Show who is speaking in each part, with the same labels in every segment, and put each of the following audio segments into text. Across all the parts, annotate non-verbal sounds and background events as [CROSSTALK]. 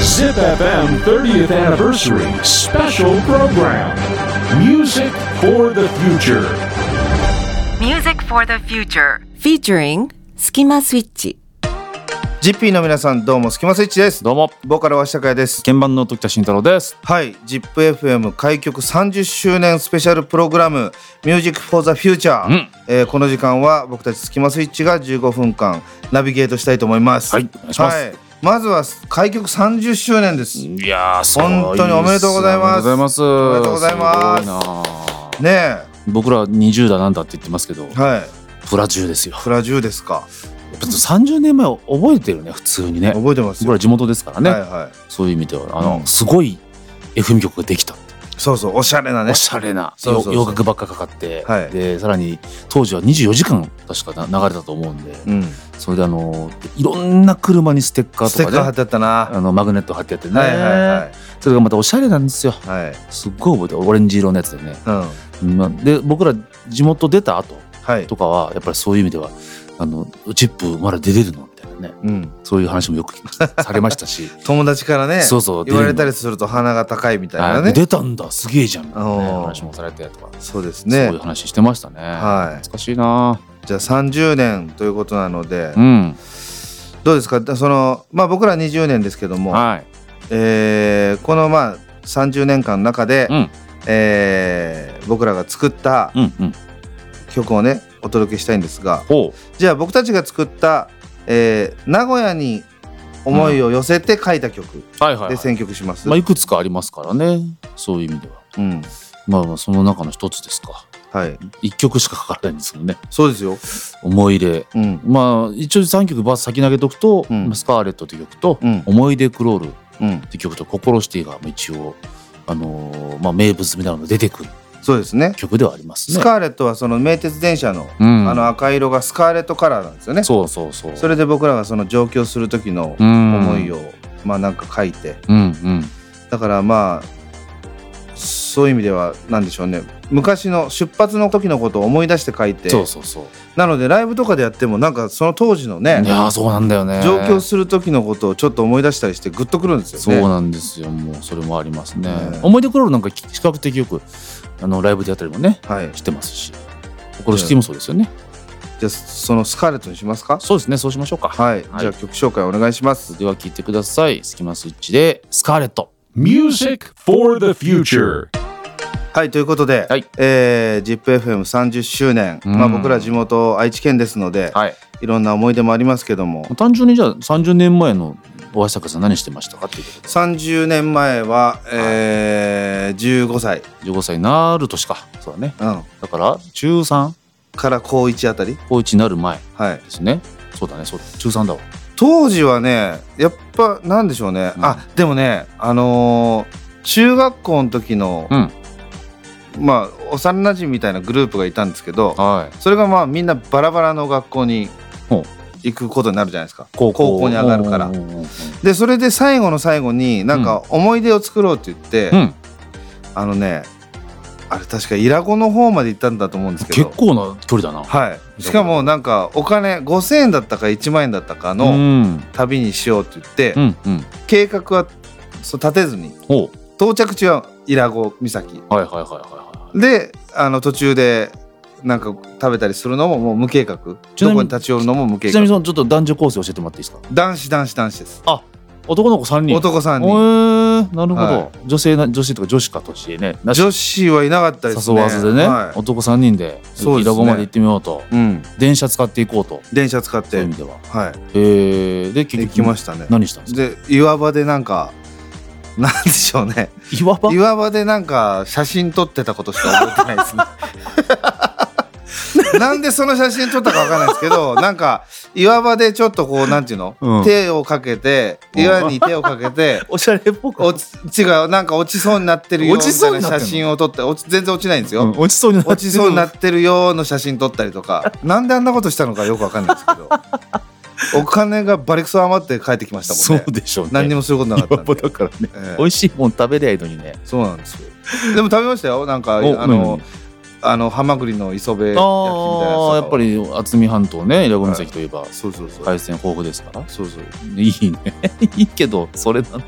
Speaker 1: Zip FM 30th Anniversary Special Program Music for the Future.
Speaker 2: Music for the Future featuring スキマスイッチ
Speaker 3: ジッピーの皆さんどうもスキマスイッチです
Speaker 4: どうも
Speaker 3: ボーカルは下谷です
Speaker 4: 鍵盤の時田慎太郎です
Speaker 3: はいジップ f m 開局30周年スペシャルプログラム「Music for the Future、
Speaker 4: うん
Speaker 3: えーこの時間は僕たちスキマスイッチが15分間ナビゲートしたいと思います
Speaker 4: はいお願いします
Speaker 3: はいまずは開局30周年ですね
Speaker 4: いやーす
Speaker 3: 本当におめでとうございます
Speaker 4: おめでとうござい
Speaker 3: お
Speaker 4: ま
Speaker 3: めでと
Speaker 4: す
Speaker 3: うござい
Speaker 4: ごいな
Speaker 3: え
Speaker 4: 僕ら20だなんだって言ってますけど、
Speaker 3: はい
Speaker 4: プラ10ですよ
Speaker 3: プラ10ですか
Speaker 4: やっぱ30年前を覚えてるね普通にね
Speaker 3: 覚えてます
Speaker 4: 僕
Speaker 3: よ
Speaker 4: ら地元ですからね、
Speaker 3: はいはい
Speaker 4: そういう意味ではあの、
Speaker 3: うん
Speaker 4: すごい FM 曲ができた
Speaker 3: そうそうおしゃれなね
Speaker 4: おしゃれな
Speaker 3: そうそうそう
Speaker 4: よ洋楽ばっかかかって、
Speaker 3: はい
Speaker 4: でさらに当時は24時間確かな流れたと思うんで、
Speaker 3: うん
Speaker 4: それであのいろんな車にステッカー
Speaker 3: ステ
Speaker 4: と
Speaker 3: ッカー貼っ
Speaker 4: かね
Speaker 3: てあったな
Speaker 4: あのマグネット貼ってやってね、
Speaker 3: はいは
Speaker 4: それがまたおしゃれなんですよ
Speaker 3: いはいはい
Speaker 4: すっごい覚えてるオレンジ色のやつでね、
Speaker 3: うん
Speaker 4: うんで僕ら地元出た後
Speaker 3: はい
Speaker 4: とかはやっぱりそういう意味ではあのチップまだ出れるのみたいなね
Speaker 3: うん
Speaker 4: そういう話もよく聞きされましたし、
Speaker 3: 友達からね
Speaker 4: そうそう
Speaker 3: 言われた
Speaker 4: り
Speaker 3: りすると鼻が高いみたい [LAUGHS] なね、
Speaker 4: 出たんだすげえじゃんみたいなね、
Speaker 3: うん
Speaker 4: 話もされてとか、
Speaker 3: そうです
Speaker 4: そう
Speaker 3: ね
Speaker 4: いう話してましたね、
Speaker 3: は
Speaker 4: 懐かしいない
Speaker 3: じゃあ30年ということなので
Speaker 4: うん
Speaker 3: どうですかそのまあ僕ら20年ですけども、
Speaker 4: はい
Speaker 3: えーこのまあ30年間の中で、
Speaker 4: うん
Speaker 3: えー僕らが作った
Speaker 4: うんうん
Speaker 3: 曲をねお届けしたいんですが
Speaker 4: ほう
Speaker 3: じゃあ僕たちが作った、えー名古屋に思いを寄せて書いた曲
Speaker 4: はいはい、
Speaker 3: で
Speaker 4: はい
Speaker 3: 選曲します、
Speaker 4: まあ、いくつかありますからねそういう意味では
Speaker 3: うん
Speaker 4: まあまあその中の一つですか
Speaker 3: はい
Speaker 4: 一曲しかかからないんですけどね
Speaker 3: そうですよ
Speaker 4: 思い入れ
Speaker 3: うん
Speaker 4: まあ一応3曲バス先投げとくと「
Speaker 3: うん
Speaker 4: スカーレット」という曲と「
Speaker 3: うん
Speaker 4: 思い出クロール」
Speaker 3: うん
Speaker 4: って曲と「心して」が一応、あのーまあ、名物みたいなのが出てくる
Speaker 3: そうですね
Speaker 4: 曲ではありますね。
Speaker 3: スカーレットはその名鉄電車の
Speaker 4: うん、
Speaker 3: あの赤色がスカーレットカラーなんですよね。
Speaker 4: そうそうそう。
Speaker 3: それで僕らがその上京する時の思
Speaker 4: 思
Speaker 3: い。をまあなんか書いて
Speaker 4: うんうん、
Speaker 3: だからまあそういう意味では何でしょうね昔の出発の時のことを思い出して書いて
Speaker 4: そうそうそう。
Speaker 3: なのでライブとかでやってもなんかその当時のね
Speaker 4: いやーそうなんだよね。
Speaker 3: 上京する時のことをちょっと思い出したりしてグッとくるんです
Speaker 4: そ
Speaker 3: よ
Speaker 4: う
Speaker 3: ね。
Speaker 4: なんですよ。もうそれもありますね。
Speaker 3: ね
Speaker 4: 思い出クロールなんかき比較的よくあのライブでやったりもね
Speaker 3: はい、
Speaker 4: してますし、心してもそうですよね。
Speaker 3: じゃあそのスカーレットにしますか
Speaker 4: そうですね。そうしましょうか。
Speaker 3: はい、
Speaker 4: はい
Speaker 3: じゃあ曲紹介お願いします
Speaker 4: では聞いてください。スキマスイッチでスカーレット。
Speaker 1: Music for the Future.
Speaker 3: はいということで、
Speaker 4: はい
Speaker 3: えー、ZIPFM30 周年、まあ、
Speaker 4: うん
Speaker 3: 僕ら地元愛知県ですので、
Speaker 4: はい。
Speaker 3: い、ろんな思い出もありますけども
Speaker 4: 単純にじゃあ30年前の大橋作さん何してましたかっていうことで
Speaker 3: 30年前は、えー15歳、
Speaker 4: 15歳になる年かそうだね
Speaker 3: うん、
Speaker 4: だから中3
Speaker 3: から高1あたり、
Speaker 4: 高1になる前
Speaker 3: はい、
Speaker 4: ですねそうだねそうだ中3だわ
Speaker 3: 当時はねやっぱなんでしょうね、
Speaker 4: うん
Speaker 3: あでもねあのー中学校の時の、
Speaker 4: うん
Speaker 3: まあ幼馴染みたいなグループがいたんですけど
Speaker 4: はい
Speaker 3: それがまあみんなバラバラの学校に
Speaker 4: ほう
Speaker 3: 行くことになるじゃないですか
Speaker 4: 高
Speaker 3: 高校に上がるから
Speaker 4: うんうんうん
Speaker 3: でそれで最後の最後になんか思い出を作ろうって言って、
Speaker 4: うん
Speaker 3: あのねあれ確か伊良湖の方まで行ったんだと思うんですけ
Speaker 4: 結
Speaker 3: ど
Speaker 4: 構な距離だな
Speaker 3: はいしかもなんかお金5,000円だったか1万円だったか
Speaker 4: う
Speaker 3: の
Speaker 4: ん
Speaker 3: 旅にしようって言って、
Speaker 4: うんうん
Speaker 3: 計画はそう立てずに
Speaker 4: ほ
Speaker 3: 到着地は伊良湖岬
Speaker 4: うはいはいはいはいはい
Speaker 3: であの途中でなんか食べたりするのももう無計画ど
Speaker 4: ちなみに
Speaker 3: こに立ち寄るのも無計
Speaker 4: ちなみに
Speaker 3: 画
Speaker 4: そのちょっと男女構成教えてもらっていいですか
Speaker 3: 男子男子男子です
Speaker 4: 男の子3人
Speaker 3: 男さんに
Speaker 4: へえなるほど、
Speaker 3: は
Speaker 4: 女性な女子とか女子か年でねなし
Speaker 3: 女子はいなかったです
Speaker 4: 誘
Speaker 3: ね
Speaker 4: わずでね、
Speaker 3: はい
Speaker 4: 男3人で
Speaker 3: そうですね
Speaker 4: 平子まで行ってみようと
Speaker 3: うん、
Speaker 4: 電車使っていこうと
Speaker 3: 電車使っ
Speaker 4: そういう
Speaker 3: て
Speaker 4: 意味では
Speaker 3: はい
Speaker 4: えー、で結
Speaker 3: 行
Speaker 4: 局
Speaker 3: きましたね
Speaker 4: 何したんですか
Speaker 3: で岩場でなんか [LAUGHS] なんでしょうね
Speaker 4: 岩場
Speaker 3: 岩場でなんか写真撮ってたことしか覚えてないですねなんでその写真撮ったかわかんないですけどなんか岩場でちょっとこうなんていうの、
Speaker 4: うん
Speaker 3: 手をかけて岩に手をかけて
Speaker 4: おしゃれっぽ
Speaker 3: 落ち違うなんか落ちそうになってるよみ
Speaker 4: 落ちそ
Speaker 3: た
Speaker 4: う
Speaker 3: い
Speaker 4: に
Speaker 3: な
Speaker 4: なってんの
Speaker 3: 写真を撮って落ち全然落ちないんですよ、
Speaker 4: 落ちそうになってる
Speaker 3: 落ちそうになってるよの写真撮ったりと
Speaker 4: [LAUGHS]
Speaker 3: かなんであんなことしたのかよくわかんないですけどお金がバリクソ余って帰ってきました
Speaker 4: そ
Speaker 3: もん
Speaker 4: う
Speaker 3: ね
Speaker 4: でしょうね
Speaker 3: 何にもすることなか
Speaker 4: 岩
Speaker 3: った
Speaker 4: 場
Speaker 3: んで、
Speaker 4: だからね
Speaker 3: ええ
Speaker 4: 美味しいもん食べりゃいいのにね
Speaker 3: そうなんですよでも食べましたよなんかあ
Speaker 4: お
Speaker 3: のあのハマグリの磯辺焼きみたいな
Speaker 4: ああやっぱり渥美半島ね伊良湖岬といえば
Speaker 3: そうそうそう
Speaker 4: 海鮮豊富ですから [LAUGHS]
Speaker 3: そうそう
Speaker 4: いいねいいけどそれなんだ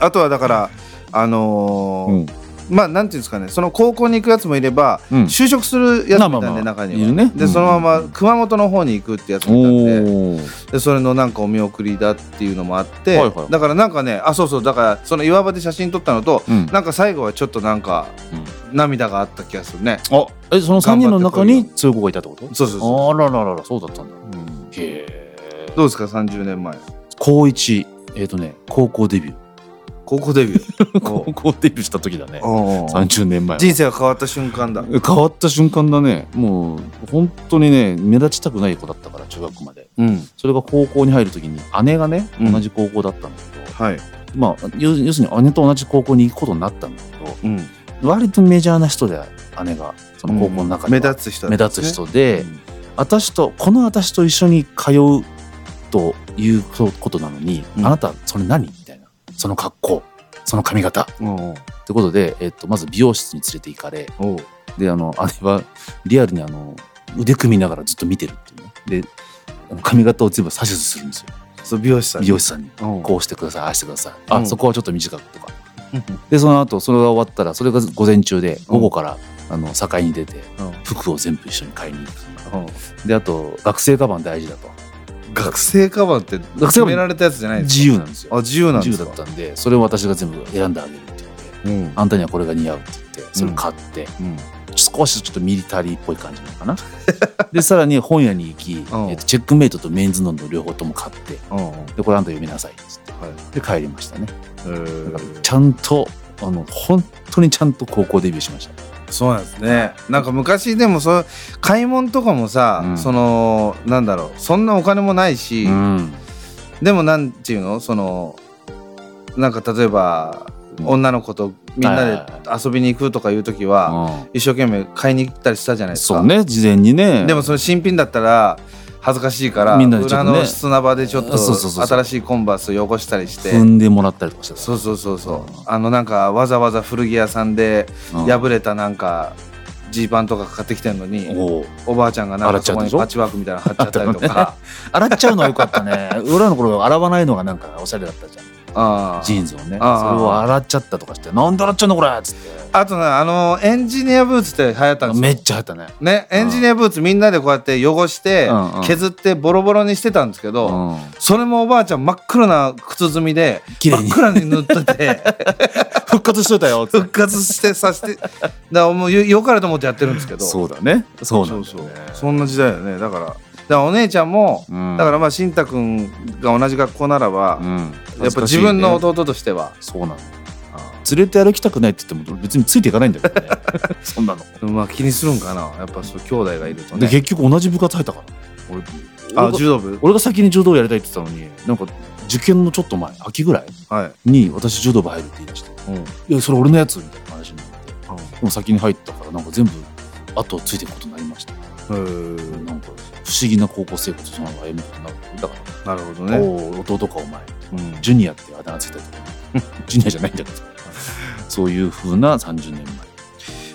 Speaker 3: あとはだからあのーまあなんていうんですかねその高校に行くやつもいれば、
Speaker 4: うん
Speaker 3: 就職するやつもいた
Speaker 4: まあ
Speaker 3: ん
Speaker 4: ま
Speaker 3: で
Speaker 4: あまあ
Speaker 3: 中に
Speaker 4: い
Speaker 3: は、
Speaker 4: るね
Speaker 3: で
Speaker 4: うん
Speaker 3: そのまま熊本の方に行くってやつ
Speaker 4: お
Speaker 3: もいたんで、
Speaker 4: おー
Speaker 3: でそれのなんかお見送りだっていうのもあって、
Speaker 4: はいはい
Speaker 3: だからなんかねあそうそうだからその岩場で写真撮ったのと、
Speaker 4: うん
Speaker 3: なんか最後はちょっとなんか、涙があった気がするね
Speaker 4: あえその3人の中にそういう子がいたってこと
Speaker 3: そうそうそ
Speaker 4: あららららそうだったんだ
Speaker 3: う、うん
Speaker 4: へえ
Speaker 3: どうですか30年前
Speaker 4: 高一えっ、とね高校デビュ
Speaker 3: 高校デビュ
Speaker 4: [LAUGHS]
Speaker 3: ー
Speaker 4: ー高校デビューした時だね
Speaker 3: おう
Speaker 4: 30年前
Speaker 3: 人生が変わった瞬間だ、
Speaker 4: 変わった瞬間だねもう本当にね目立ちたくない子だったから中学まで
Speaker 3: うん、
Speaker 4: それが高校に入る時に姉がね
Speaker 3: うん
Speaker 4: 同じ高校だったんだけど、
Speaker 3: はい、
Speaker 4: まあ要要するに姉と同じ高校に行くことになったんだけ
Speaker 3: うん、
Speaker 4: ど割とメジャーな人で姉がその高校の中で
Speaker 3: 目
Speaker 4: は、
Speaker 3: 立つ人だ
Speaker 4: 目
Speaker 3: ったん
Speaker 4: 立
Speaker 3: です
Speaker 4: つ
Speaker 3: ね
Speaker 4: 人で、私とこの私と一緒に通うということなのに、
Speaker 3: うん
Speaker 4: あなたそれ何みたいなその格好その髪型
Speaker 3: うんおう
Speaker 4: ってことで、えっと、まず美容室に連れて行かれ
Speaker 3: おう
Speaker 4: であの姉はリアルにあの腕組みながらずっと見てるっていうねであの髪型を全部指図するんですよ
Speaker 3: そう美容師さん
Speaker 4: 美容師さんに。
Speaker 3: おう
Speaker 4: こうしてくださいああしてくださいあ、
Speaker 3: うん
Speaker 4: そこはちょっと短くとか
Speaker 3: うん
Speaker 4: でその後それが終わったらそれが午前中で午後から、あの境に出て服を全部一緒に買いに行く
Speaker 3: うんうん
Speaker 4: であと学生カバン大事だと
Speaker 3: 学生カバンって
Speaker 4: 生
Speaker 3: 決められたやつじゃないんです
Speaker 4: 自由なんです
Speaker 3: か
Speaker 4: よ
Speaker 3: あ自由なんで
Speaker 4: 自由
Speaker 3: す
Speaker 4: だ
Speaker 3: か
Speaker 4: ったんでそれを私が全部選んであげるって言っ
Speaker 3: う
Speaker 4: て
Speaker 3: ん
Speaker 4: あんたにはこれが似合うって言ってそれ買って、
Speaker 3: うん
Speaker 4: 少しちょっとミリタリーっぽい感じなのかなでさらに本屋に行き、
Speaker 3: ん
Speaker 4: えっとチェックメイトとメンズノンの両方とも買って
Speaker 3: うんうん
Speaker 4: でこれあんた読みなさいっつって
Speaker 3: はい
Speaker 4: で帰りましたね
Speaker 3: えー
Speaker 4: だからちゃんとあの本当にちゃんと高校デビューしました
Speaker 3: そうなんですねなんか昔でもそう買い物とかもさ、
Speaker 4: うん
Speaker 3: そのなんだろうそんなお金もないし、
Speaker 4: うん
Speaker 3: でもなんていうのそのなんか例えば、
Speaker 4: うん
Speaker 3: 女の子とみん
Speaker 4: はいはい
Speaker 3: なで遊びに行くとかいう時は、一生懸命買いに行ったりしたじゃないですか
Speaker 4: そうね事前にね
Speaker 3: でもその新品だったら恥ずかしいから
Speaker 4: みんなでちょ
Speaker 3: 裏
Speaker 4: っとね
Speaker 3: の砂場でちょっと
Speaker 4: あそうそうそうそう
Speaker 3: 新しいコンバース汚したりして
Speaker 4: 踏んでもらったりとかしてた
Speaker 3: そうそうそうそうあのなんかわざわざ古着屋さんで
Speaker 4: うん
Speaker 3: 破れたなんかジーパンとか買ってきてるのに、
Speaker 4: おう
Speaker 3: おばあちゃんがなん
Speaker 4: 洗
Speaker 3: か
Speaker 4: っち
Speaker 3: そ
Speaker 4: ゃ
Speaker 3: うこ
Speaker 4: で
Speaker 3: に
Speaker 4: しょ
Speaker 3: パッチワークみたいなの貼っちゃったりとか、
Speaker 4: 洗っちゃうのは良かったね [LAUGHS] 俺らの頃洗わないのがなんかおしゃれだったじゃん
Speaker 3: あ [LAUGHS]
Speaker 4: ジーンズをねそれ
Speaker 3: あー
Speaker 4: を洗っちゃったとかしてなんで洗っちゃうのこれっつって
Speaker 3: ああとなあのエンジニアブーツって流行ったんです
Speaker 4: め
Speaker 3: よ
Speaker 4: っちゃ入ったね
Speaker 3: ね、エンジニアブーツみんなでこうやって汚して
Speaker 4: うんうん
Speaker 3: 削ってボロボロにしてたんですけど、
Speaker 4: うん
Speaker 3: それもおばあちゃん真っ黒な靴積みで
Speaker 4: 綺麗
Speaker 3: [LAUGHS]
Speaker 4: に
Speaker 3: 真っ黒に塗ってて [LAUGHS]
Speaker 4: 復活しといたよ
Speaker 3: 復活してさしてだからもうよよかれと思ってやってるんですけど
Speaker 4: そうだねそうな
Speaker 3: そ
Speaker 4: ん
Speaker 3: う
Speaker 4: だ
Speaker 3: そ
Speaker 4: よ
Speaker 3: う
Speaker 4: ね
Speaker 3: そんな時代だよねだからだからお姉ちゃんも、
Speaker 4: うん
Speaker 3: だからまあ慎太君が同じ学校ならば、
Speaker 4: うん
Speaker 3: やっぱ自分の
Speaker 4: 恥ずかしいね
Speaker 3: 弟としては、
Speaker 4: そうなの連れて歩きたくないって言っても別についていかないんだ
Speaker 3: [LAUGHS]
Speaker 4: けどねそんなの
Speaker 3: でもまあ気にするんかなやっぱそう兄弟がいると
Speaker 4: で
Speaker 3: ね
Speaker 4: 結局同じ部活入ったから俺
Speaker 3: あ
Speaker 4: 俺が
Speaker 3: 柔道部
Speaker 4: 俺が先に柔道やりたいって言ってたのになんか受験のちょっと前秋ぐらい
Speaker 3: はい、
Speaker 4: に私柔道部入るって言い出して
Speaker 3: うん、
Speaker 4: いやそれ俺のやつみたいな話になってでも先に入ったからなんか全部後をついていくことになりました
Speaker 3: うん
Speaker 4: なんか不思議な高校生活そのまま歩むことになるだか
Speaker 3: なるほど
Speaker 4: ら、
Speaker 3: ね、
Speaker 4: おう弟かお前
Speaker 3: うん
Speaker 4: ジュニアってあだ名ついたりとかジュニアじゃないんだけどそういう風な30年前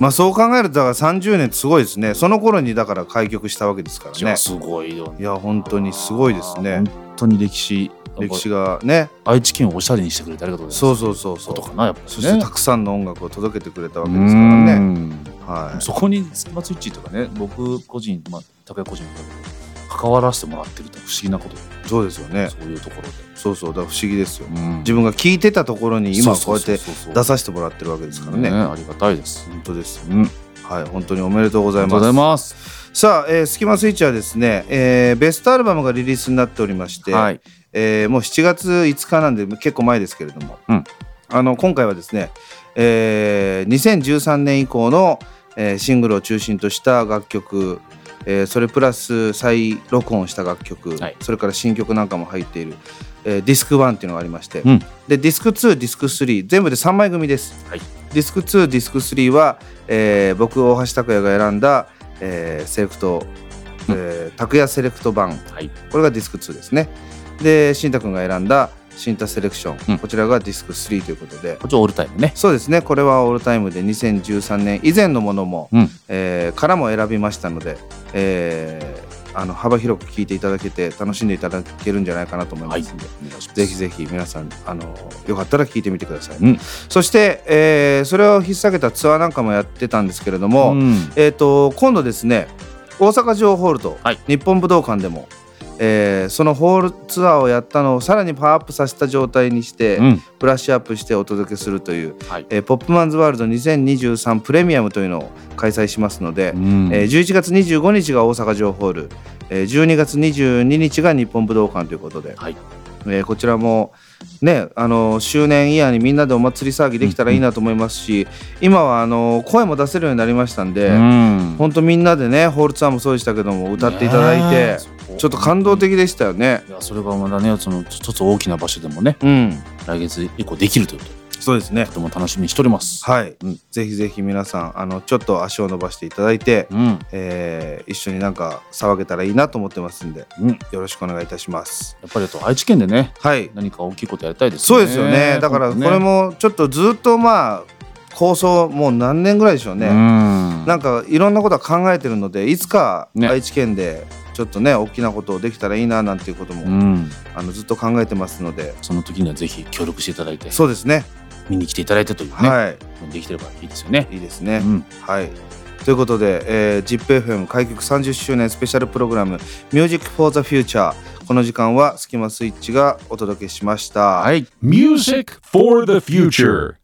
Speaker 3: まあそう考えるとだから30年ってすごいですねその頃にだから開局したわけですか
Speaker 4: い
Speaker 3: ら
Speaker 4: や
Speaker 3: ね
Speaker 4: すごいよ
Speaker 3: い
Speaker 4: ね
Speaker 3: や本当にすごいですね
Speaker 4: 本当に歴史
Speaker 3: 歴史がね
Speaker 4: 愛知県をおしゃれにしてくれてありがとうござい
Speaker 3: そ
Speaker 4: ま
Speaker 3: う
Speaker 4: す
Speaker 3: そうそうそ
Speaker 4: こと
Speaker 3: う
Speaker 4: かなやっぱりね
Speaker 3: そしてたくさんの音楽を届けてくれたわけ
Speaker 4: う
Speaker 3: ですからね
Speaker 4: ん
Speaker 3: はい
Speaker 4: そこにスキマスイッチとかね僕個人まあ高井個人だけど関わらせてもらってるって不思議なこと
Speaker 3: そうですよね
Speaker 4: そういうところで
Speaker 3: そうそうだから不思議ですよ
Speaker 4: 自
Speaker 3: 自分が聞いてたところに今こうやって出
Speaker 4: さ
Speaker 3: させてもらってるわけですからね
Speaker 4: ありがたいです
Speaker 3: 本当です
Speaker 4: うんあり
Speaker 3: はい本当におめでとうござい
Speaker 4: がと
Speaker 3: ま
Speaker 4: うござい
Speaker 3: す
Speaker 4: ます
Speaker 3: さあ、えースキマスイッチはですね、えーベストアルバムがリリースになっておりまして、
Speaker 4: はい
Speaker 3: えーもう7月5日なんで結構前ですけれども、
Speaker 4: うん
Speaker 3: あの今回はですね、えー2013年以降の、えーシングルを中心とした楽曲、えーそれプラス再録音した楽曲、
Speaker 4: はい
Speaker 3: それから新曲なんかも入っている、えーディスク1っていうのがありまして、
Speaker 4: うん
Speaker 3: でディスク2ディスク3全部で3枚組です、
Speaker 4: はい
Speaker 3: ディスク2ディスク3は、えー僕大橋拓也が選んだ、えーセレクト、えー拓也セレクト版
Speaker 4: はい
Speaker 3: これがディスク2ですね。で、新太くんが選んだ新太セレクション、
Speaker 4: うん
Speaker 3: こちらがディスク3ということで、
Speaker 4: こっちはオールタイムね
Speaker 3: そうですね、これはオールタイムで2013年以前のものも、
Speaker 4: うん
Speaker 3: えーからも選びましたので、えーあの幅広く聴いていただけて楽しんでいただけるんじゃないかなと思いますんで、ぜひぜひ皆さんあのよかったら聴いてみてください、
Speaker 4: うん
Speaker 3: そして、えーそれを引っ提げたツアーなんかもやってたんですけれども、
Speaker 4: うん
Speaker 3: えー、と今度ですね大阪城ホールと
Speaker 4: はい
Speaker 3: 日本武道館でも、えーそのホールツアーをやったのをさらにパワーアップさせた状態にして、
Speaker 4: うん
Speaker 3: ブラッシュアップしてお届けするという、
Speaker 4: はい
Speaker 3: えーポップマンズワールド2023プレミアムというのを開催しますので、
Speaker 4: うん
Speaker 3: えー11月25日が大阪城ホール、えー12月22日が日本武道館ということで、
Speaker 4: はい
Speaker 3: えーこちらも、ね、あのー周年イヤーにみんなでお祭り騒ぎできたらいいなと思いますし、今はあのー声も出せるようになりましたんで、
Speaker 4: うん
Speaker 3: 本当みんなでねホールツアーもそうでしたけども歌っていただいて、
Speaker 4: ねえ
Speaker 3: ちょっと感動的でしたよね。
Speaker 4: いやそれがまだねその一つ大きな場所でもね
Speaker 3: うん、
Speaker 4: 来月以降できるということで
Speaker 3: そうですね
Speaker 4: とても楽しみにしております。
Speaker 3: はい、
Speaker 4: うん
Speaker 3: ぜひぜひ皆さんあのちょっと足を伸ばしていただいて、
Speaker 4: うん
Speaker 3: えー一緒になんか騒げたらいいなと思ってますんで
Speaker 4: うん、やっ
Speaker 3: よろしくお願いいたします。
Speaker 4: ぱりあと愛知県でね
Speaker 3: はい、
Speaker 4: 何か大きいことやりたいですね。
Speaker 3: そうですよね。だからこれもちょっとずっとまあ構想もう何年ぐらいでしょうね。
Speaker 4: うん
Speaker 3: なんかいろんなことは考えてるのでいつか
Speaker 4: ね
Speaker 3: 愛知県でちょっとね大きなことをできたらいいななんていうことも、
Speaker 4: うん
Speaker 3: あのずっと考えてますので
Speaker 4: その時にはぜひ協力していただいて
Speaker 3: そうですね
Speaker 4: 見に来ていただいてというね、
Speaker 3: は
Speaker 4: できてればいいですよね。
Speaker 3: いいいですね、
Speaker 4: うん
Speaker 3: はいということで、えー、ZIPFM 開局30周年スペシャルプログラム「Music for the Future」この時間はスキマスイッチがお届けしました。
Speaker 4: はい
Speaker 1: Music for the future.